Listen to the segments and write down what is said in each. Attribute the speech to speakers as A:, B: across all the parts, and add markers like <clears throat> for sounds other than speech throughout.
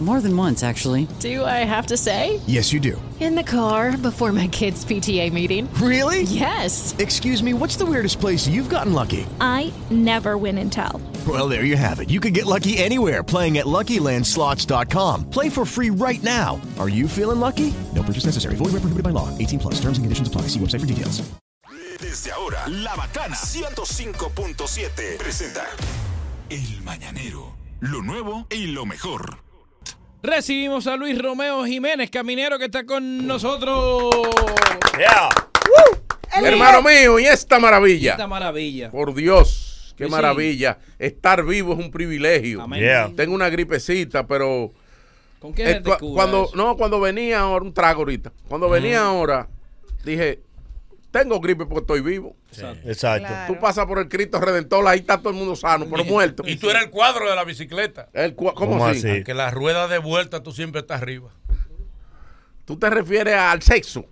A: More than once, actually.
B: Do I have to say?
C: Yes, you do.
B: In the car before my kids' PTA meeting.
C: Really?
B: Yes.
C: Excuse me, what's the weirdest place you've gotten lucky?
D: I never win and tell.
C: Well, there you have it. You can get lucky anywhere playing at LuckyLandSlots.com. Play for free right now. Are you feeling lucky? No purchase necessary. Void where prohibited by law. 18 plus. Terms and conditions apply. See website for details.
E: Desde ahora, La Bacana 105.7 presenta El Mañanero. Lo nuevo y lo mejor.
F: Recibimos a Luis Romeo Jiménez, caminero que está con nosotros.
G: Yeah. Hermano mío, y esta maravilla.
F: Esta maravilla.
G: Por Dios, qué
F: Sí, sí.
G: maravilla. Estar vivo es un privilegio.
F: Amén.
H: Yeah.
G: Tengo una gripecita, pero
F: ¿Con qué
G: eh,
F: se te
G: cua-
F: cura
G: cuando
F: eso?
G: no, cuando venía ahora un trago ahorita. Cuando venía ahora dije, tengo gripe porque estoy vivo.
F: Exacto.
H: Exacto.
G: Tú pasas por el Cristo Redentor, ahí está todo el mundo sano,
F: <laughs>
G: pero muerto.
I: Y tú eres el cuadro de la bicicleta.
G: El cua- ¿Cómo,
H: ¿Cómo
G: así?
H: así?
I: Que la rueda de vuelta tú siempre estás arriba.
G: Tú te refieres al sexo.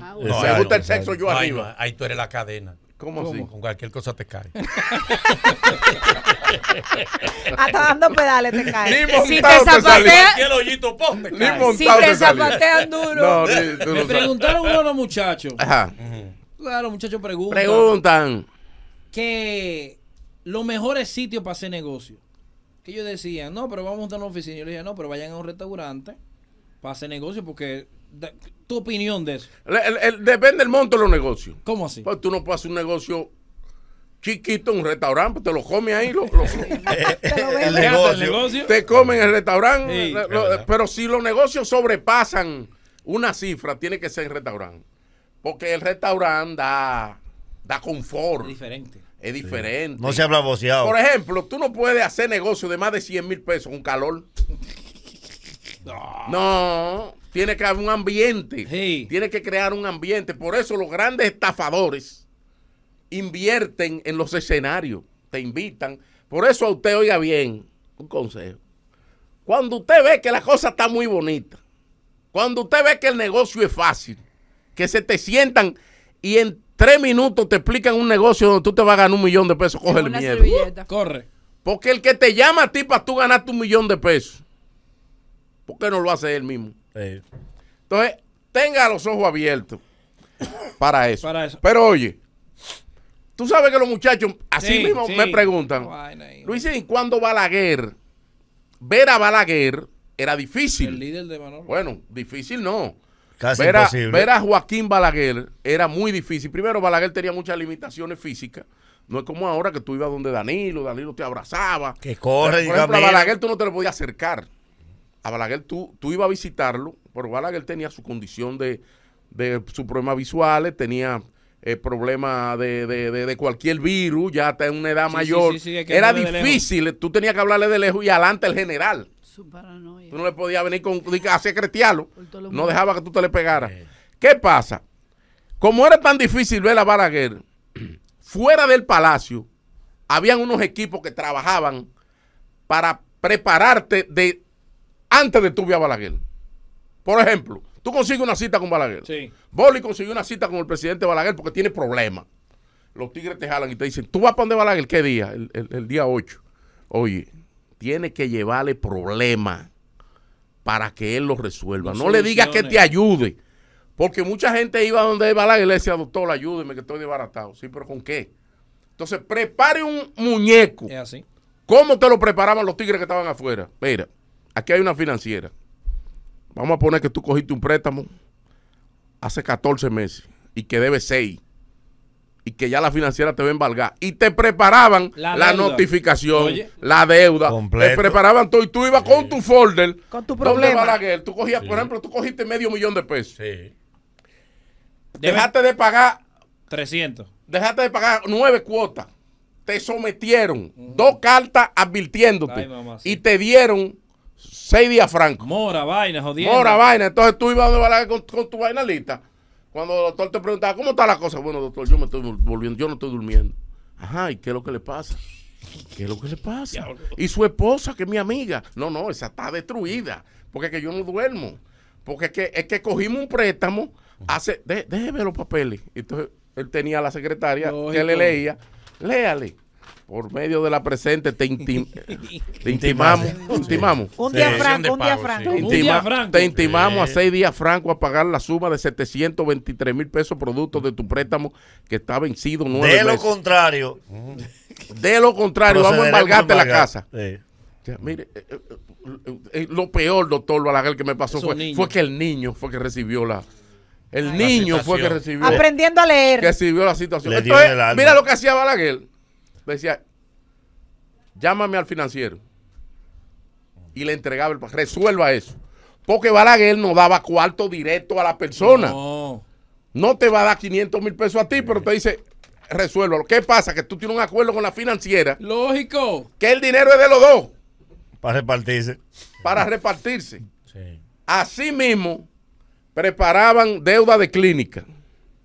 F: Ah,
H: Exacto,
G: Me gusta el
H: exacto.
G: sexo yo
I: Ay,
G: arriba.
I: no, ahí tú eres la cadena.
G: ¿Cómo, así?
I: Con cualquier cosa te cae. <laughs>
J: Hasta Ah, dando pedales te caes.
G: Ni montado
J: Si te
G: te salí.
J: zapateas,
I: Cualquier hoyito pos te
G: Ni
I: cae.
G: montado
J: si te
G: salí.
J: zapatean duro.
G: No, ni- tú
F: Me
G: no sabes.
F: preguntaron uno de los muchachos.
G: Ajá.
F: Claro, los muchachos preguntan
G: Preguntan.
F: que los mejores sitios para hacer negocio. Que ellos decían, no, pero vamos a una oficina. Y yo les decía, no, pero vayan a un restaurante para hacer negocio porque da- tu opinión de eso.
G: Le- el- el- depende del monto de los negocios.
F: ¿Cómo así?
G: Pues tú no puedes hacer un negocio chiquito en un restaurante, te lo comes ahí, lo- lo-
I: <laughs>
G: lo-
H: El
F: ¿Te hace el
H: negocio.
F: negocio?
G: te comen en el restaurante.
F: Sí.
G: lo- lo- pero si los negocios sobrepasan una cifra, tiene que ser en restaurante. Porque el restaurante da, da confort,
F: Diferente.
G: es diferente.
H: No se habla boceado.
G: Por ejemplo, tú no puedes hacer negocio de más de 100 mil pesos con calor. No, tiene que haber un ambiente.
F: Sí.
G: Tiene que crear un ambiente. Por eso los grandes estafadores invierten en los escenarios. Te invitan. Por eso a usted oiga bien un consejo. Cuando usted ve que la cosa está muy bonita, cuando usted ve que el negocio es fácil, que se te sientan y en tres minutos te explican un negocio donde tú te vas a ganar un millón de pesos, coge el
J: Una
G: miedo.
J: servilleta.
F: Corre.
G: Porque el que te llama a ti para tú ganarte un millón de pesos, ¿por qué no lo hace él mismo?
H: Eh,
G: Entonces, tenga los ojos abiertos para eso.
F: Para eso.
G: Pero oye, tú sabes que los muchachos, así
F: Sí,
G: mismo
F: sí.
G: me preguntan,
F: Una vaina ahí.
G: Luisín, ¿cuándo Balaguer? Ver a Balaguer era
F: El
G: difícil.
F: líder de Manolo.
G: Bueno, difícil no.
H: Casi
G: Ver a,
H: imposible.
G: ver a Joaquín Balaguer era muy difícil. Primero, Balaguer tenía muchas limitaciones físicas. No es como ahora que tú ibas donde Danilo, Danilo te abrazaba.
H: Que corre y
G: Por ejemplo, a
H: camina.
G: Balaguer tú no te le podías acercar. A Balaguer tú, tú ibas a visitarlo, pero Balaguer tenía su condición de, de sus problemas visuales, tenía eh, problemas de, de- de- de cualquier virus, ya está en una edad
F: Sí,
G: mayor.
F: sí, sí, sí, hay que
G: Era
F: hablarle de
G: difícil, tú tenías que hablarle de lejos y adelante al general. Tú no le podías venir con, a secretearlo. No dejaba que tú te le pegaras.
F: Eh.
G: ¿Qué pasa? Como era tan difícil ver a Balaguer, <clears throat> fuera del palacio, habían unos equipos que trabajaban para prepararte de antes de tu ver a Balaguer. Por ejemplo, tú consigues una cita con Balaguer.
F: Sí.
G: Boli consiguió una cita con el presidente Balaguer porque tiene problemas. Los tigres te jalan y te dicen, ¿tú vas para donde Balaguer? ¿Qué día? El, el- el día 8. Oye, tiene que llevarle problemas para que él los resuelva.
F: Los
G: no le digas que
F: solucione.
G: te ayude. Porque mucha gente iba donde Balaguer y le decía, doctor, ayúdeme que estoy desbaratado. Sí, pero ¿con qué? Entonces, prepare un muñeco.
F: Es así.
G: ¿Cómo te lo preparaban los tigres que estaban afuera? Mira, aquí hay una financiera. Vamos a poner que tú cogiste un préstamo hace 14 meses y que debe 6 y que ya la financiera te va a embargar. Y te preparaban la,
F: La deuda.
G: notificación,
F: Oye.
G: la deuda.
H: Completo.
G: Te preparaban todo y tú ibas con tu folder.
J: Con tu
G: donde
J: problema.
G: Balaguer, Tú cogías, por ejemplo, tú cogiste medio millón de pesos.
I: Sí.
F: Debe-
G: Dejaste de pagar
F: 300.
G: Dejaste de pagar nueve cuotas. Te sometieron dos cartas advirtiéndote.
F: Ay, mamá,
G: y te dieron seis días francos.
F: Mora, vaina, jodiendo.
G: Mora, vaina. Entonces tú ibas donde va la- con, con tu vaina lista. Cuando el doctor te preguntaba, ¿cómo está la cosa? Bueno, doctor, yo me estoy vol- volviendo, yo no estoy durmiendo. Ajá, ¿y qué es lo que le pasa? ¿Qué es lo que le pasa? Y su esposa, que es mi amiga. No, no, esa está destruida. Porque es que yo no duermo. Porque es que, es que cogimos un préstamo. Hace, de- déjeme los papeles. Entonces él tenía a la secretaria que le
K: Lógico.
G: leía. Léale. Por medio de la presente te, intim- te intimamos. intimamos.
J: Un día Sí. franco, un día franco.
G: Te
J: Un día franco.
G: Te intimamos
J: Sí.
G: a seis días franco a pagar la suma de 723 mil pesos producto de tu préstamo que está vencido nueve
H: De lo
G: meses.
H: contrario.
G: De lo contrario, vamos
H: procederemos
G: a embargarte la
H: embargar.
G: casa.
H: Sí.
G: Ya, Mire, eh, eh, eh, eh, lo peor, doctor Balaguer, que me pasó
K: Es un
G: fue,
K: niño.
G: fue que el niño fue que recibió la. El
K: Ay.
G: niño
K: La
G: fue que
K: situación.
G: recibió.
J: Ah, Aprendiendo a leer.
G: Que recibió la situación.
K: Le dio
G: Entonces,
K: en el alma.
G: mira lo que hacía Balaguer. Decía, llámame al financiero. Y le entregaba el. pa- Resuelva eso. Porque Balaguer no daba cuarto directo a la persona.
F: No.
G: te va a dar 500 mil pesos a ti, pero te dice, resuélvalo. ¿Qué pasa? Que tú tienes un acuerdo con la financiera.
F: Lógico.
G: Que el dinero es de los dos
H: Para repartirse.
G: para repartirse. Así mismo, preparaban deuda de clínica.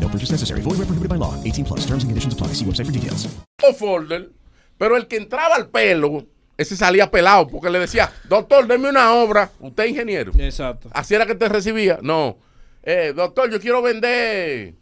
C: No purchase necessary. Void where prohibited by law. 18 plus. Terms and conditions apply. See website for details.
G: o folder, pero el que entraba al pelo, ese salía pelado, porque le decía, doctor, deme una obra, usted es ingeniero.
F: Exacto.
G: Así era que te recibía. No, Eh, doctor, yo quiero vender,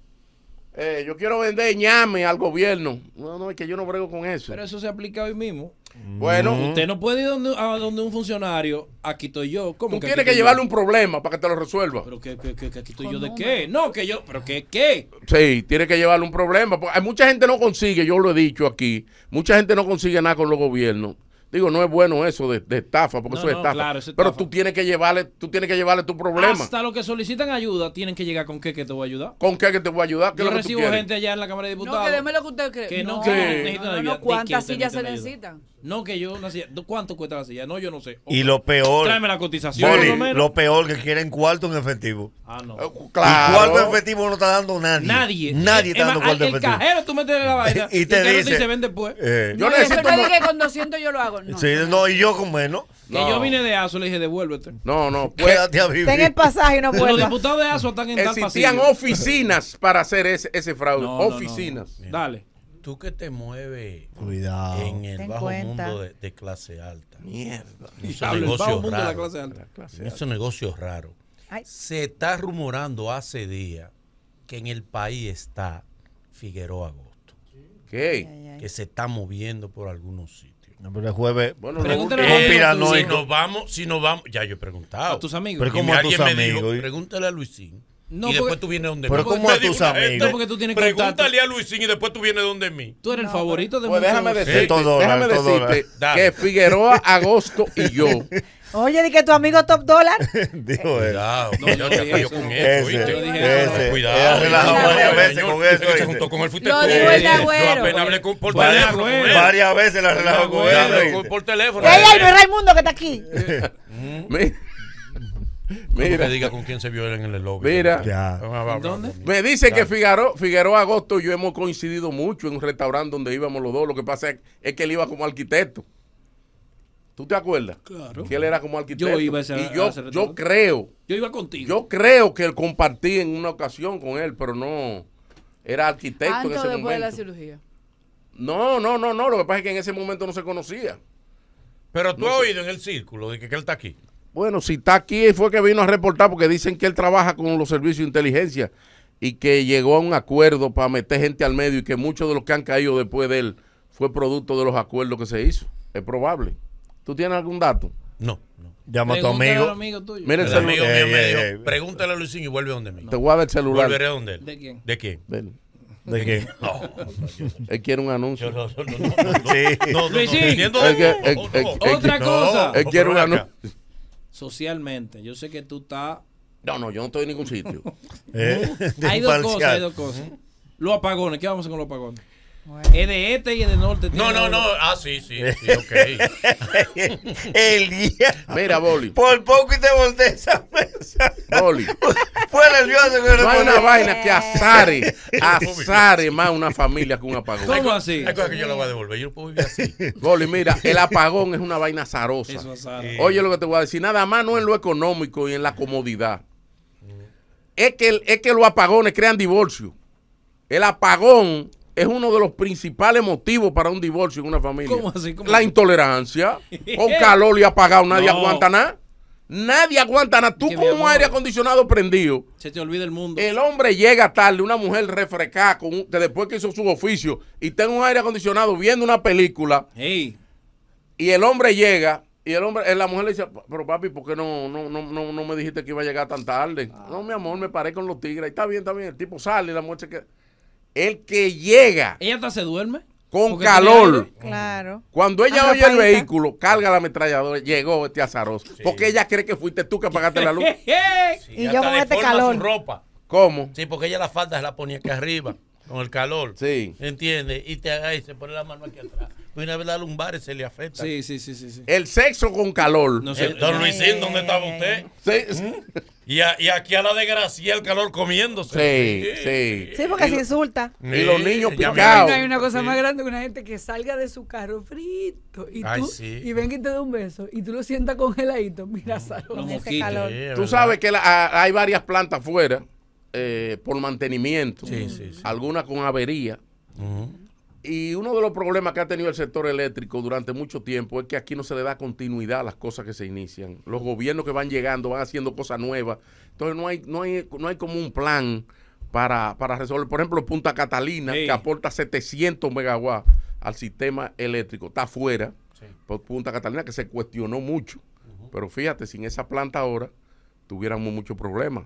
G: eh, yo quiero vender ñame al gobierno. No, no, es que yo no brego con eso.
F: Pero eso se aplica hoy mismo.
G: Bueno.
F: usted no puede ir donde, a donde un funcionario. Aquí estoy yo. ¿Cómo
G: Tú
F: que
G: tienes
F: aquí
G: que
F: estoy yo?
G: llevarle un problema para que te lo resuelva.
F: Pero que, que- que- que aquí estoy yo de qué. No, que yo. Pero que qué.
G: Sí, tiene que llevarle un problema. Porque hay mucha gente no consigue, yo lo he dicho aquí, mucha gente no consigue nada con los gobiernos. Digo, no es bueno eso de, de estafa, porque
F: No,
G: eso es
F: no,
G: estafa.
F: claro, eso es
G: Pero
F: estafa.
G: tú tienes que llevarle, tú tienes que llevarle tu problema.
F: Hasta los que solicitan ayuda tienen que llegar con qué que te voy a ayudar.
G: ¿Con qué que te voy a ayudar? ¿Qué
F: Yo
G: es lo que tú
F: recibo
G: quieres?
F: gente allá en la Cámara de Diputados.
L: No, que deme lo que usted cree.
F: que no,
L: No,
F: que
G: Sí.
F: necesitan
L: no, no,
F: ayuda.
L: no,
F: ¿De
L: ¿cuántas
F: qué usted
L: sillas se
F: necesita ayuda?
L: necesitan?
F: No, que yo una silla. ¿Cuánto cuesta la silla? No, yo no sé.
H: Y lo peor.
F: Tráeme la cotización.
H: Boli,
F: por lo menos.
H: lo peor que quieren cuarto en efectivo.
F: Ah, no.
G: Eh,
H: Y cuarto en efectivo no está dando nadie.
F: Nadie.
H: Nadie
F: Es
H: está dando
F: más,
H: cuarto
F: al-
H: en
F: El
H: efectivo.
F: cajero tú metes la vaina.
H: <laughs> Y te
F: el cajero
H: dice,
F: ven después.
H: eh,
L: Yo
H: Yo
L: no,
H: necesito
L: necesito
H: más-
L: que con 200 yo lo hago. No.
H: Sí, no, y yo con menos.
F: Que yo vine de ASO, le dije, devuélvete.
G: No, no,
H: Quédate a vivir.
F: Los diputados de ASO están en tal
G: Existían
F: pasillo.
G: oficinas para hacer ese, ese fraude.
F: No, no, no, no.
G: oficinas.
F: Dale.
I: Tú que te mueves
H: Cuidado.
I: en el
G: Ten
I: bajo
G: cuenta.
I: mundo de, de clase alta.
G: Mierda.
I: Esos
G: Diablo, el
I: negocios
G: bajo mundo de la
I: raros.
G: clase alta. La clase
I: En esos
G: alta.
I: negocios raros.
G: Ay.
I: Se está rumorando hace días que en el país está Figueroa Agosto.
G: ¿Qué?
I: Que se está moviendo por algunos sitios.
H: pero el jueves. <laughs>
I: Bueno,
H: Pregúntale
I: eh,
H: a los
I: si
H: conspiranoicos.
I: nos vamos, si nos vamos, ya yo he preguntado.
F: A tus amigos.
H: Pero
I: Y
H: ¿cómo a
I: alguien
H: tus
I: me dijo,
H: amigos?
I: pregúntale a Luisín.
F: No,
I: y después
F: porque-
I: tú vienes donde
H: Pero
I: mí.
H: ¿cómo a
I: Me dijo
H: tus
I: una gente,
H: amigos? No,
F: porque tú tienes
I: Pregúntale a Luisín y después tú vienes donde mí.
F: Tú eres el favorito de
G: Pues
F: muchos.
G: déjame
I: Sí.
G: decirte,
I: Esto dólar,
G: déjame
I: esto
G: decirte
I: dólar.
G: que
F: <laughs>
I: Dale.
G: Figueroa, Agosto y yo
J: Oye, di que tu amigo top dollar.
H: Dijo él.
I: Cuidado, cuidado, te apoyo con
H: Ese,
I: eso, ¿oíste?
H: ese.
I: Cuidado, cuidado.
H: Ella se la ha dado varias veces con eso,
I: Se
H: ¿oíste?
I: juntó con él, fuiste
H: Lo
I: tú.
H: dijo el
I: Yo
H: Nagüero.
I: apenas hablé con- por
H: Varias-
I: teléfono con él.
H: varias veces la relajó con él,
I: Ya hablé
H: ¿oíste?
I: Por teléfono.
J: Ella y no era el mundo que está aquí.
I: Mira.
G: Mira.
I: que diga con quién se vio él en el lobby.
G: Mira.
I: ¿Dónde?
G: Me dice que
I: Ya.
G: Figueroa, Figueroa Agosto y yo hemos coincidido mucho en un restaurante donde íbamos los dos. Lo que pasa es, es que él iba como arquitecto. ¿Tú te acuerdas?
F: Claro.
G: Que él era como arquitecto.
F: Yo iba a ese- a
G: y yo,
F: ese
G: yo
F: restaurante.
G: creo.
F: Yo iba contigo.
G: Yo creo que él compartí en una ocasión con él, pero no. Era arquitecto
L: Antes o
G: en ese
L: después de la
G: momento.
L: cirugía.
G: No, no, no, no. Lo que pasa es que en ese momento no se conocía.
I: Pero tú
G: No
I: has
G: sé.
I: oído en el círculo de que, que él está aquí.
G: Bueno, si está aquí fue que vino a reportar porque dicen que él trabaja con los servicios de inteligencia y que llegó a un acuerdo para meter gente al medio y que muchos de los que han caído después de él fue producto de los acuerdos que se hizo. Es probable. ¿Tú tienes algún dato?
I: No.
H: Llama
I: a tu Pregúntale amigo. al amigo
F: tuyo.
G: Mira el
I: El amigo
G: celular.
I: mío me dijo, pregúntale a Luisín y vuelve donde mí.
G: Te voy a dar el celular.
I: Volveré donde él.
F: ¿De quién?
I: ¿De quién?
G: De él.
H: ¿De qué?
I: <laughs> No.
G: Él quiere un anuncio.
I: No, no,
H: <laughs> Sí.
I: no, no, no, no,
F: Luisín.
I: entiendo.
G: Es que- es-
I: No,
G: es-
I: no.
G: es-
F: Otra
G: no,
F: cosa.
G: Él quiere un
F: Pero ven acá.
G: anuncio.
F: Socialmente, yo sé que tú estás.
G: No, no, yo no estoy en ningún sitio.
H: Eh,
F: hay
H: de
F: dos
H: parcial.
F: cosas, hay dos cosas. Los apagones, ¿qué vamos a hacer con los apagones? Es de este y es de norte.
I: No,
F: tiene
I: no,
F: algo.
I: no. Ah, sí, sí,
H: <laughs>
I: sí, ok.
H: El día.
I: <laughs>
G: Mira, Boli.
H: Por poco y te volteé esa mesa.
G: Boli.
H: Fue nervioso que
G: No hay una
H: ponía.
G: vaina que azare, azare más una familia que un apagón.
F: ¿Cómo así?
I: Hay cosas que yo la voy a devolver. Yo no puedo vivir así.
G: Goli, mira, el apagón es una vaina azarosa.
F: Eso azar.
G: Oye lo que te voy a decir, nada más no en lo económico y en la comodidad. Es que, el- es que los apagones crean divorcio. El apagón es uno de los principales motivos para un divorcio en una familia.
F: ¿Cómo así? ¿Cómo
G: la
F: así? <laughs>
G: intolerancia. Con calor y apagado nadie
F: No.
G: aguanta nada. Nadie aguanta nada. Tú
F: Que mi
G: con un
F: amor.
G: aire acondicionado prendido.
F: Se te olvida el mundo.
G: El hombre llega tarde, una mujer refrescada, con un- que después que hizo su oficio, y está en un aire acondicionado viendo una película,
F: Ey,
G: y el hombre llega, y el hombre, eh, la mujer le dice, pero papi, ¿por qué no, no, no, no, no me dijiste que iba a llegar tan tarde? No, mi amor, me paré con los tigres, y está bien, está bien, el tipo sale, la mujer se queda. El que llega
F: ella hasta se duerme.
G: con
F: Porque tenía
G: calor,
F: aire. <laughs>
J: Claro.
G: cuando ella oye
J: Arropadita.
G: el vehículo, carga la ametralladora, llegó este azaroso, porque ella cree que fuiste tú que apagaste
F: <laughs>
G: la luz.
I: Sí,
J: Y
I: hasta
J: yo con este
I: deforma su
J: calor.
I: ropa.
G: ¿Cómo?
I: Sí, porque ella la falda se la ponía aquí arriba, con el calor.
G: Sí.
I: ¿Entiendes? Y te ahí se pone la mano aquí atrás. Y una vez la lumbar se le afecta.
F: Sí, sí, sí, sí. sí.
G: El sexo con calor.
F: No sé.
I: Eh, Don Luisín, ¿dónde estaba usted?
G: Sí,
I: Y, a- y aquí a la desgracia el calor comiéndose.
G: sí, sí.
J: Sí, porque se insulta.
G: Y los niños
I: ya me
G: picados.
L: No hay una cosa
I: Sí.
L: más grande que una gente que salga de su carro frito y,
I: Ay,
L: tú,
I: sí.
L: y venga y te da un beso y tú lo sientas congeladito. Mira, Salvador.
F: Los
J: Ese
F: mosquitos.
J: calor.
I: Sí,
G: Tú
I: ¿verdad?
G: sabes que la- a- hay varias plantas fuera eh, por mantenimiento,
I: Sí, sí, sí.
G: algunas con avería. Y uno de los problemas que ha tenido el sector eléctrico durante mucho tiempo es que aquí no se le da continuidad a las cosas que se inician. Los gobiernos que van llegando van haciendo cosas nuevas. Entonces no hay, no hay, no hay como un plan para, para resolver. Por ejemplo, Punta Catalina,
F: Sí.
G: que aporta 700 megawatts al sistema eléctrico, está fuera por Punta Catalina, que se cuestionó mucho. Pero fíjate, sin esa planta ahora tuviéramos muchos problemas.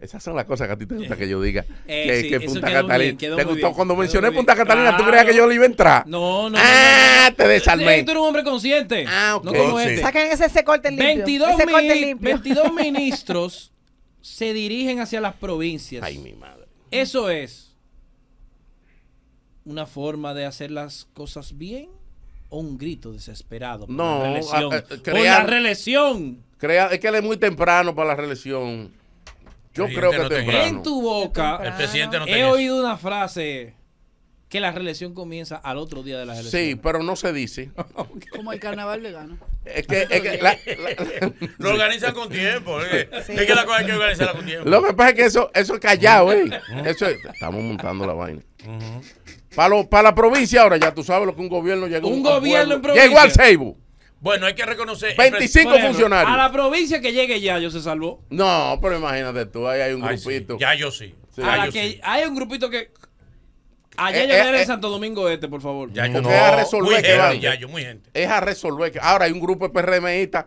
G: Esas son las cosas que a ti te gusta que yo diga.
F: <laughs> Eh,
G: que,
F: sí,
G: que
F: eso
G: Punta
F: quedó
G: Catalina.
F: bien, quedó
G: ¿Te
F: muy
G: gustó?
F: bien,
G: Cuando
F: quedó
G: mencioné
F: muy bien.
G: Punta Catalina, ¿tú creías que yo le iba a entrar?
F: No, no.
G: ah,
F: no, no.
G: te
F: Sí,
G: desarmé.
F: tú eres un hombre consciente.
G: Ah, ok.
F: No como
H: Sí.
F: este.
J: Saquen ese, ese corte limpio.
F: 22,
J: ese corte
F: mini-
J: limpio.
F: 22 ministros se dirigen hacia las provincias.
G: Ay, mi madre.
F: Eso es una forma de hacer las cosas bien o un grito desesperado por
G: No,
F: la reelección.
G: a- a- crear-
F: Por la reelección.
G: Crea, es que él es muy temprano para la reelección. Yo
I: Sí,
G: creo
I: gente
G: que
I: no te-
G: temprano.
F: En tu boca
I: El presidente no
F: he
I: tenía eso.
F: oído una frase que la reelección comienza al otro día de las
G: Sí,
F: elecciones.
G: pero no
F: <laughs>
G: se dice.
L: Como el carnaval vegano.
G: Es que, es que la- la- <laughs>
I: Lo organizan con tiempo. ¿eh? Es que la cosa hay que organizarla con tiempo.
G: lo que pasa es que eso, eso es callado, ¿eh? Eso es- estamos montando la vaina. Para la provincia ahora, ya tú sabes lo que un gobierno llegó.
F: Un
G: a
F: gobierno
G: pueblo.
F: en provincia.
G: Llegó al Ceibo.
I: Bueno, hay que reconocer. el
G: 25
I: pres-
G: funcionarios.
F: A la provincia que llegue ya, yo se salvó.
G: No, pero imagínate tú, ahí hay un
I: Ay, sí,
G: grupito.
I: Ya yo sí.
G: Sí. Ah,
F: a
I: Ya
F: la
I: yo
F: que
I: sí.
F: hay un grupito que. Allá
G: Eh,
F: llegar
G: eh,
F: en
G: eh.
F: Santo Domingo Este, por favor.
I: Ya yo
G: Porque a resolver
I: Muy
G: que
I: gente,
G: van.
I: ya yo, muy gente.
G: Es a resolver. que- Ahora hay un grupo de PRMistas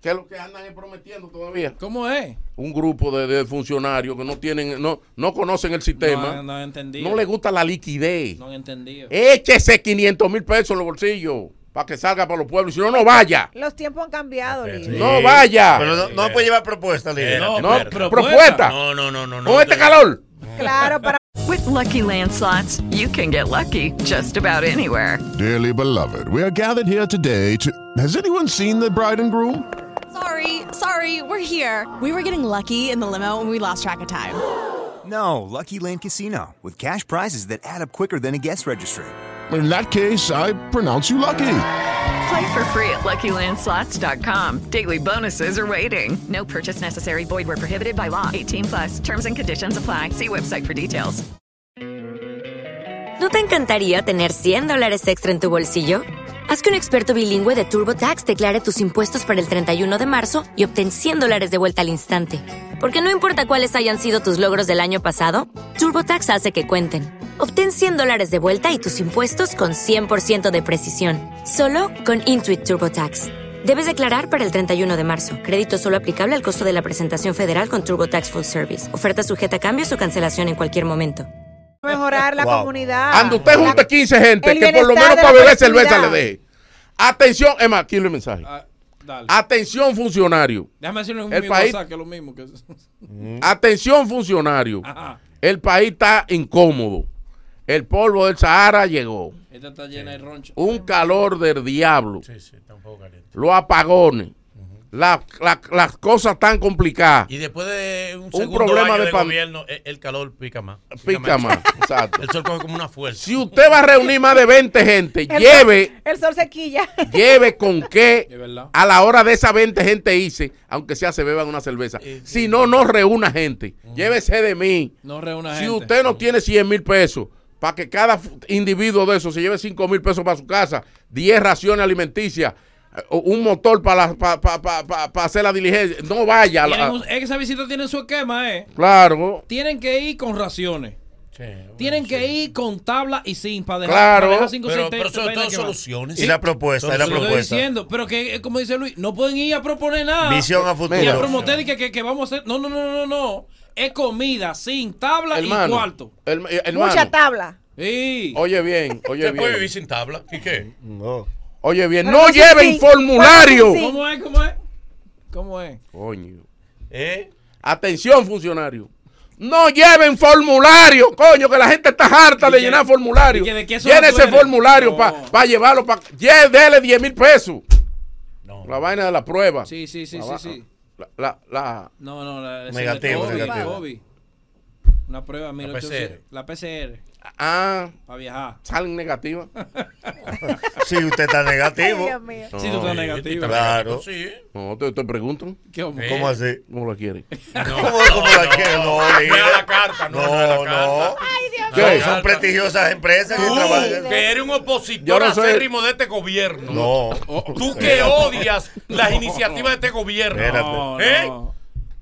G: que es lo que andan es prometiendo todavía.
F: ¿Cómo es?
G: Un grupo de, de funcionarios que no tienen, no, no conocen el
F: No,
G: sistema.
F: no,
G: No,
F: han
G: Eh.
F: entendido.
G: les gusta la liquidez.
F: No han entendido.
G: Échese 500 mil pesos en los bolsillos. para que salga para los pueblos. Si no, no vaya.
J: Los tiempos han cambiado, Lili.
G: No vaya.
H: Pero no, no puede llevar propuesta,
I: Eh,
H: Lidia.
G: No, Eh, no, propuesta.
H: No, no, no, no.
G: Con este calor.
J: Claro, para.
M: With Lucky Land slots, you can get lucky just about anywhere.
N: Dearly beloved, we are gathered here today to. Has anyone seen the bride and groom?
O: Sorry, sorry, we're here. We were getting lucky in the limo and we lost track of time.
P: No, Lucky Land Casino, with cash prizes that add up quicker than a guest registry.
N: In that case, I pronounce you lucky.
M: Play for free at LuckyLandSlots.com. Daily bonuses are waiting. No purchase necessary. Void were prohibited by law. 18 plus. Terms and conditions apply. See website for details.
K: ¿No te encantaría tener 100 dólares extra en tu bolsillo? Haz que un experto bilingüe de TurboTax declare tus impuestos para el 31 de marzo y obtén 100 dólares de vuelta al instante. Porque no importa cuáles hayan sido tus logros del año pasado, TurboTax hace que cuenten. Obtén 100 dólares de vuelta y tus impuestos con 100% de precisión, solo con Intuit TurboTax. Debes declarar para el 31 de marzo. Crédito solo aplicable al costo de la presentación federal con TurboTax Full Service. Oferta sujeta a cambios o cancelación en cualquier momento.
J: Mejorar la
G: Wow.
J: comunidad.
G: Ando usted junte 15 gente
J: Ah. el
G: que por lo
J: bienestar
G: menos
J: de la
G: para beber cerveza le
J: colectividad.
G: deje. Atención, Emma, aquí el mensaje.
F: Ah.
G: Ah, Atención, funcionario.
F: Déjame decirlo en
G: El
F: mi
G: país-
F: WhatsApp, que es <laughs> lo mismo. Que... Mm.
G: Atención, funcionario.
F: Ajá.
G: El país está incómodo. El polvo del Sahara llegó.
F: Esta está llena de roncha.
G: Un calor del diablo. Los apagones. La- la- las cosas tan complicadas.
I: Y después de un,
G: Un
I: segundo
G: problema
I: año
G: de
I: de
G: pan-
I: gobierno, e- el calor pica más.
G: Pica más,
I: <laughs>
G: exacto.
I: El sol coge como una fuerza.
G: Si usted va a reunir más de 20 gente,
J: El-
G: lleve,
J: El sol se quilla.
G: <laughs> lleve con qué
F: De verdad.
G: a la hora de esa 20 gente hice, aunque sea se beban una cerveza. Si no, no reúna gente. Llévese de mí.
F: No reúna
G: Si
F: gente.
G: usted no tiene 100 mil pesos, para que cada f- individuo de esos se lleve 5 mil pesos para su casa, 10 raciones alimenticias, eh, un motor para, la- pa- pa- pa- pa- pa hacer la diligencia, no vaya. a la-
F: Tienen un- Es que esa visita tiene su esquema, ¿eh?
G: claro.
F: Tienen que ir con raciones. Tienen que ir con tabla y sin para dejar,
G: Claro.
F: para dejar cinco,
I: Pero-
F: seis
I: pero
F: te-
I: sobre
F: vainas
I: todo
F: que van.
I: soluciones.
H: Y la propuesta,
F: Pero
H: y la
F: se lo estoy
H: propuesta. Ah,
F: diciendo, pero que, eh, como dice Luis, no pueden ir a proponer nada.
H: Visión
F: Y
H: a
F: a
H: futuro.
F: promoter y que, que- que vamos a hacer. No, no, no, no, no. Es comida sin tabla y
G: Hermano,
F: cuarto.
G: herma- hermano,
J: Mucha tabla.
G: Oye bien, oye
I: ¿Se puede
G: bien.
I: vivir sin tabla? ¿Y qué?
H: No.
G: Oye bien,
F: Pero
G: no
F: entonces
G: lleven
F: sí,
G: formulario.
F: ¿Cómo es? ¿Cómo es? ¿Cómo es?
G: Coño.
I: ¿Eh?
G: Atención, funcionario. No lleven formulario, coño, que la gente está harta de llenar formulario.
F: y que de qué zona
G: Llene
F: tú
G: ese
F: eres.
G: formulario para llevarlo para. Dele 10 mil pesos. La vaina de la prueba.
F: Sí, sí, sí,
G: La
F: sí,
G: va-
F: sí.
G: La, la, la-
F: No, no, la, ese
G: Negativo,
F: de COVID,
G: negativo.
F: COVID. Una prueba, mira,
I: PCR.
F: la PCR.
G: Ah,
F: Para viajar. <laughs>
G: salen negativas.
H: Si usted está negativo.
J: Dios mío.
F: Sí, tú
I: este
F: estás negativo.
G: ah,
H: Claro.
G: No, te, te preguntan.
F: ¿Qué
I: ¿eh?
F: hombre?
H: ¿Cómo así?
G: ¿Cómo
F: <laughs>
G: la quieren?
H: ¿Cómo, cómo la quiere? No,
I: No era
H: Lidia.
I: la carta, no, no era
H: No,
I: la carta.
H: no.
G: mío.
H: Son, son prestigiosas empresas que
I: Tú,
H: trabajan.
I: que eres un
G: Yo
I: opositor
G: no soy-
I: acérrimo de este gobierno.
H: No.
I: Tú que odias las iniciativas de este gobierno.
H: Espérate.
F: No,
I: ¿Eh?
F: no.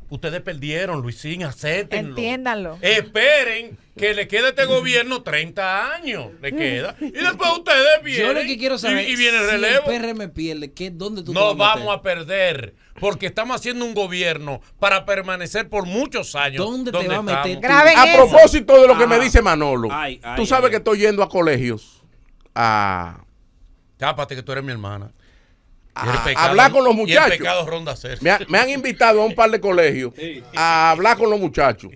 I: Ustedes perdieron, Luisín, acéptenlo.
J: Entiéndanlo.
I: Esperen que le quede a este gobierno 30 años. Le queda. Y después ustedes vienen.
F: Yo lo que quiero saber
I: Y, y viene el relevo.
F: Si el PR me pierde, ¿qué, ¿dónde tú te
I: No
F: vas a
I: vamos a perder. Porque estamos haciendo un gobierno para permanecer por muchos años.
F: ¿Dónde te
I: donde
F: va a meter
I: estamos.
F: tú?
J: Graben
G: A
J: eso.
G: propósito de lo que
F: Ah.
G: me dice Manolo,
F: Ay, ay,
G: tú sabes
F: ay.
G: que estoy yendo a colegios a,
I: Cápate que tú eres mi hermana. Y el
G: a
I: pecado-
G: hablar Ah, con los muchachos.
I: Y el pecado ronda cero.
G: Me, ha-
I: <laughs>
G: me han invitado a un par de colegios a hablar con los muchachos.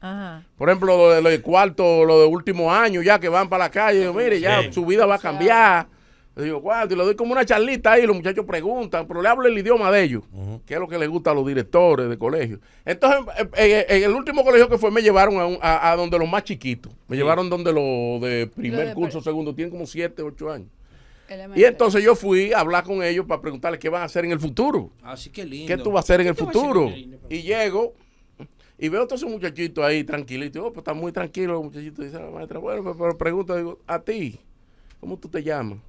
J: Ajá.
G: Por ejemplo, lo de los de cuarto, lo de último año, ya que van para la calle. Digo, mire, ya
I: Sí.
G: su vida va a cambiar. Le digo, "Guau", y le doy como una charlita ahí. Los muchachos preguntan, pero le hablo el idioma de ellos, que es lo que les gusta a los directores de colegio. Entonces, en, en- en el último colegio que fue, me llevaron a, un- a- a donde los más chiquitos. Me llevaron donde los de primer
Q: de pre-
G: curso, segundo. Tienen como siete, ocho años. Y entonces yo fui a hablar con ellos para preguntarles qué van a hacer en el futuro.
F: Así que Ah, lindo.
G: ¿Qué tú vas a hacer en el
F: Yo voy a
G: futuro?
F: ser lindo, papá.
G: Y llego y veo a todos esos muchachitos ahí tranquilitos. Oh, pues están muy tranquilos los muchachitos. Dice la maestra, bueno, pero, pero pregunta, digo, ¿a ti? ¿Cómo tú te llamas?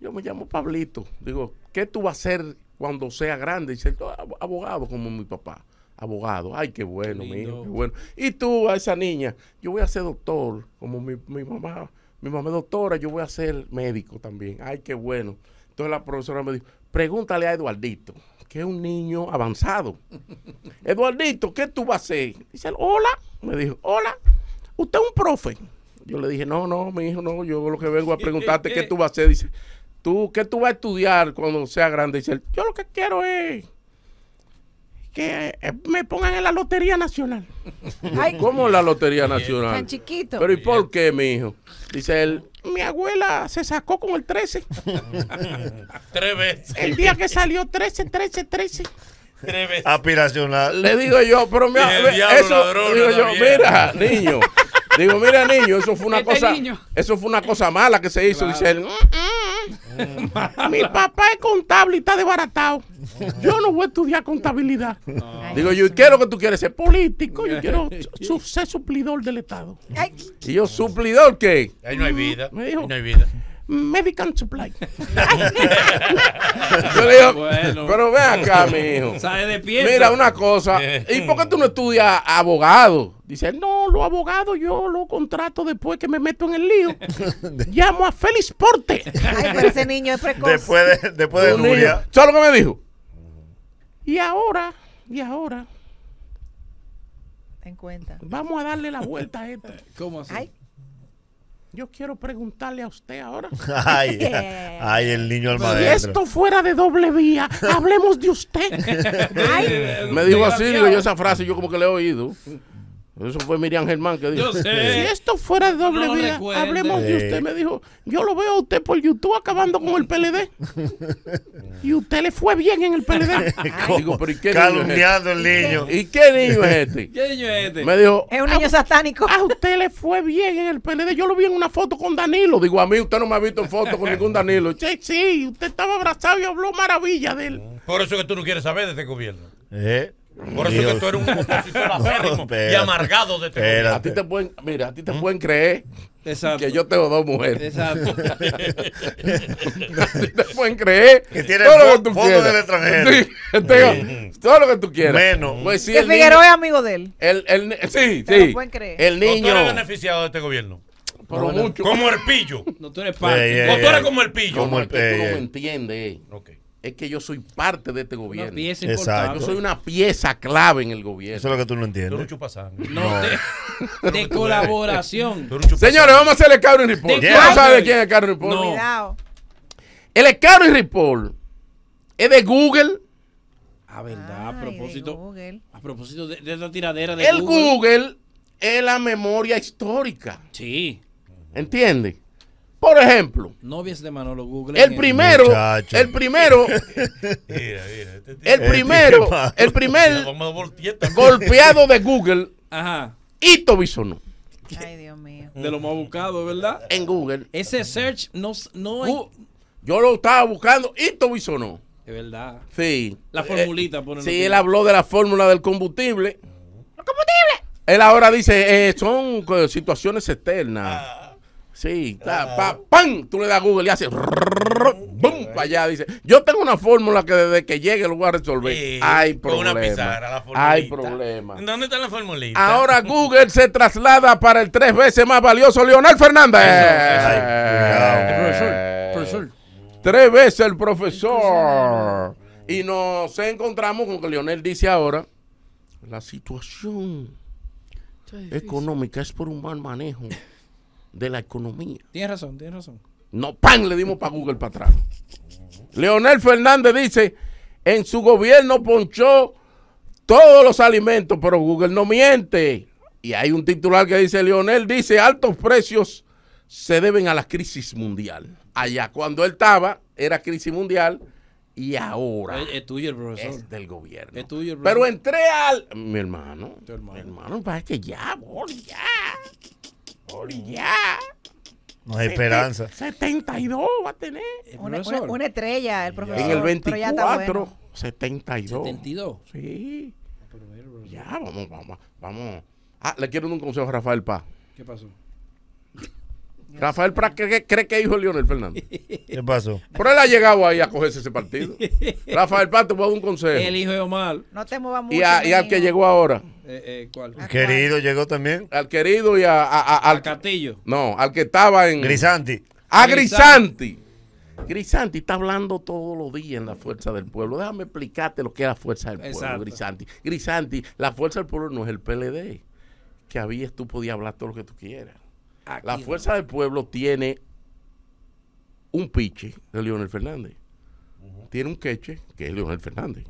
G: Yo me llamo Pablito. Digo, ¿qué tú vas a hacer cuando sea grande? Dice, "Yo, ab- abogado como mi papá. Abogado, ay, qué bueno, mi hijo, qué bueno. Y tú, a esa niña, yo voy a ser doctor, como mi, mi mamá. Mi mamá es doctora, yo voy a ser médico también. Ay, qué bueno. Entonces la profesora me dijo, pregúntale a Eduardito, que es un niño avanzado. Eduardito, ¿qué tú vas a hacer? Dice, él, hola. Me dijo, hola, usted es un profe. Yo le dije, no, no, mi hijo, no, yo lo que vengo a preguntarte qué tú vas a hacer. Dice, ¿Tú qué tú vas a estudiar cuando sea grande? Dice él, yo lo que quiero es que eh, me pongan en la Lotería Nacional.
J: <laughs> Ay.
G: ¿Cómo la Lotería Nacional?
J: Tan chiquito.
G: Pero ¿y por qué, mi hijo? Dice él, mi abuela se sacó con el 13.
H: Tres veces.
G: <laughs> El día que salió 13, 13, 13.
H: Tres veces.
G: Ah,
H: Aspiracional.
G: Le digo yo, pero mi
H: Tiene el
G: abuela,
H: diablo,
G: eso,
H: ladrón,
G: digo
H: la
G: yo,
H: vieja.
G: mira, niño. Digo, mira, niño, eso fue una
H: Este
G: cosa,
H: niño.
G: eso fue una cosa mala que se hizo, dice él. "Mm, mm, Mi papá es contable y está desbaratado. Yo no voy a estudiar contabilidad. Digo, yo quiero que tú quieres ser político,
H: <laughs>
G: yo quiero su- ser suplidor del Estado. Y yo, suplidor qué?
I: Ahí no hay vida.
G: Me dijo,
I: Ahí no hay vida.
G: Medical supply.
H: <laughs>
G: Yo le digo,
F: Bueno.
G: pero ve acá, mi hijo.
F: Sale de pieza.
G: Mira, una cosa. ¿Y por qué tú no estudias abogado? Dice, no, los abogados yo los contrato después que me meto en el lío. Llamo a Félix Porte.
J: Ay, pero ese niño es precoz.
H: Después de, después de
G: Un niño.
H: Nuria.
G: ¿Sabes lo que me dijo? Y ahora, y ahora,
J: Ten cuenta.
G: vamos a darle la vuelta
J: <laughs>
G: a esto.
F: ¿Cómo así?
G: Yo quiero preguntarle a usted ahora.
H: Ay, ay, el niño al
G: Si
H: maestro.
G: esto fuera de doble vía, hablemos de usted.
H: Ay.
G: me dijo así, digo yo esa frase, yo como que la he oído. Eso fue Miriam Germán que dijo.
H: Yo sé.
G: Si esto fuera de doble
H: No lo
G: vía,
H: recuerde.
G: hablemos de usted.
H: Eh.
G: Me dijo, yo lo veo a usted por YouTube acabando con el
H: <laughs>
G: PLD. y usted le fue bien en el PLD.
H: <laughs> ¿Cómo?
G: Digo, pero ¿y qué
H: Calumniando el
G: niño es este?
H: niño.
G: ¿Y qué niño
H: <laughs>
G: es este?
F: ¿Qué niño es este?
G: Me dijo,
J: Es un
G: <laughs>
J: niño satánico.
G: A usted le fue bien en el PLD. Yo lo vi en una foto con Danilo. Digo, a mí usted no me ha visto en foto con ningún Danilo. Sí, sí, usted estaba abrazado y habló maravilla de él.
Q: Por eso que tú no quieres saber de este gobierno.
H: ¿Eh?
Q: Por eso que tú eres un <laughs> opositor acérrimo y amargado de este
G: A ti te pueden, mira, a ti te pueden creer que yo tengo dos mujeres. <laughs>
F: Exacto.
I: <laughs>
G: a ti te pueden creer
H: Que tiene
G: todo lo
H: fo-
G: que tú
H: fondo
G: quieras.
H: del extranjero.
G: Sí, tengo todo lo que tú quieras.
H: Menos.
G: Pues sí,
J: que
G: el niño-
J: Figueroa es amigo de él.
G: el- el ni- sí,
J: Te lo
G: sí.
J: pueden creer.
G: El
Q: No, tú eres
G: niño.
Q: beneficiado de este gobierno.
G: Pero mucho.
Q: Como el pillo.
F: No, tú eres
Q: parte. o tú eres Eh, como el eh, pillo.
G: No, es que tú
H: este?
G: no me entiendes. eh. Es que yo soy parte de este gobierno.
F: pieza importante. Exacto.
G: Yo soy una pieza clave en el gobierno. Eso
H: es lo que tú no entiendes.
Q: Tú eres un chupasangre.
F: No, de,
G: <laughs>
F: de colaboración.
G: Señores, vamos a hacer el Carol Report.
F: De
G: ¿Tú no
F: Carol.
G: sabes de quién es el Carol Report?
F: No.
J: Cuidado.
G: El Carol Report es de Google.
F: A Ah, verdad, a propósito. A propósito de, de esa tiradera de
G: El Google es la memoria histórica.
F: Sí.
G: ¿Entiendes? Por ejemplo,
F: Novias de Manolo Google.
G: el primero, el primero,
H: este
I: <laughs>
G: el primero,
I: Este
G: el primer golpeado de Google,
F: Ajá.
G: Ito Bisonó.
F: De lo más buscado, ¿verdad?
G: En Google.
F: Ese search no, s- no
G: Gu- Yo lo estaba buscando, Ito Bisonó.
F: es. De verdad.
G: Sí. Eh,
F: La formulita, ponen
G: Sí,
F: aquí.
G: él habló de la fórmula del combustible. ¡Los combustibles! Él ahora dice, eh, son eh, situaciones externas. Sí, ta- pa- ¡pam! Tú le das a Google y hace rrrr, ¡bum! Para allá dice, yo tengo una fórmula que desde que llegue lo voy a resolver.
H: Eh,
G: Hay
Q: con una
G: problema.
Q: pizarra, la formulita.
G: Hay problema.
Q: ¿Dónde está la formulita?
G: Ahora Google se traslada para el tres veces más valioso Leonel Fernández.
F: Profesor.
G: Tres veces el profesor. Y nos encontramos con que Leonel dice ahora, la situación económica es por un mal manejo de la economía.
F: Tienes razón, tienes razón.
G: No, pan, le dimos para Google para atrás. Leonel Fernández dice, en su gobierno ponchó todos los alimentos, pero Google no miente. Y hay un titular que dice, Leonel dice, altos precios se deben a la crisis mundial. Allá, cuando él estaba, era crisis mundial y ahora.
F: Es, es tuyo el profesor.
G: Es del gobierno.
F: eh, Es tuyo el profesor.
G: Pero entré al... Mi hermano, mi hermano, parece que ya, boli, ya, boli, ya.
H: <laughs> No hay esperanza.
G: 72 va a tener.
J: Una, una- una estrella, el profesor.
G: En el
J: pero
G: 24,
J: ya está bueno.
G: 72.
F: 72.
G: Sí. Ya, vamos, vamos, vamos. Ah, le quiero dar un consejo a Rafael Paz.
F: ¿Qué pasó?
G: Rafael Paz cree, cree que es hijo de Leonel Fernández.
H: ¿Qué pasó?
G: Pero él ha llegado ahí a cogerse ese partido. Rafael Paz, te voy a dar un consejo.
F: El hijo de Omar.
J: No te muevas mucho.
G: Y, a- y al que llegó ahora.
F: Eh, eh, ¿Cuál?
H: Querido, llegó también.
G: Al querido y a, a- a- al
F: Castillo.
G: No, al que estaba en.
H: Grisanti.
G: A Grisanti. Grisanti está hablando todos los días en la fuerza del pueblo. Déjame explicarte lo que es la fuerza del pueblo,
F: Exacto.
G: Grisanti. Grisanti, la fuerza del pueblo no es el PLD. Que habías tú podías hablar todo lo que tú quieras. la
F: no.
G: fuerza del pueblo tiene un piche de Leonel Fernández. Tiene un queche que es Leonel Fernández.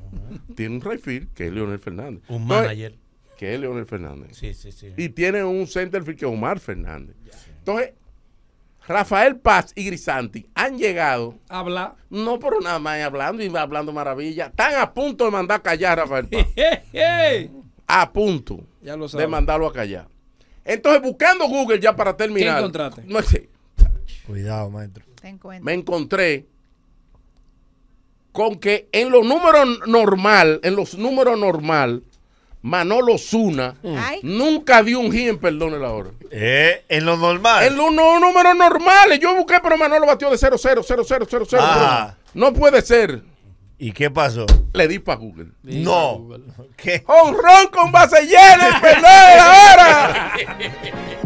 G: Tiene un refill que es Leonel Fernández.
I: Un
G: Entonces,
I: manager.
G: Que es Leonel Fernández.
I: Sí, sí, sí.
G: Y tiene un centerfield que es Omar Fernández. Entonces, Rafael Paz y Grisanti han llegado.
F: Habla.
G: No, pero nada más eh, hablando y hablando maravilla. Están a punto de mandar callar a Rafael Paz. a punto
F: Ya lo
G: de
F: sabes.
G: mandarlo a callar. Entonces, buscando Google ya para terminar.
F: ¿Qué encontraste?
G: No sé.
H: Cuidado, maestro.
J: Te encuentro.
G: Me encontré con que en los números normal, en los números normal, Manolo Zuna
J: Ay.
G: nunca dio un hit en perdón la hora.
H: Eh, en lo normal.
G: En los nu- números normales. Yo busqué, pero Manolo batió de 0, 0, 0, 0, 0, 0.
H: Ah.
G: No puede ser.
H: ¿Y qué pasó?
G: Le di para Google.
H: No.
G: ¡Oh, <laughs> ¿Qué? ¡Honrón con base llena! en ¡Perdón de la hora!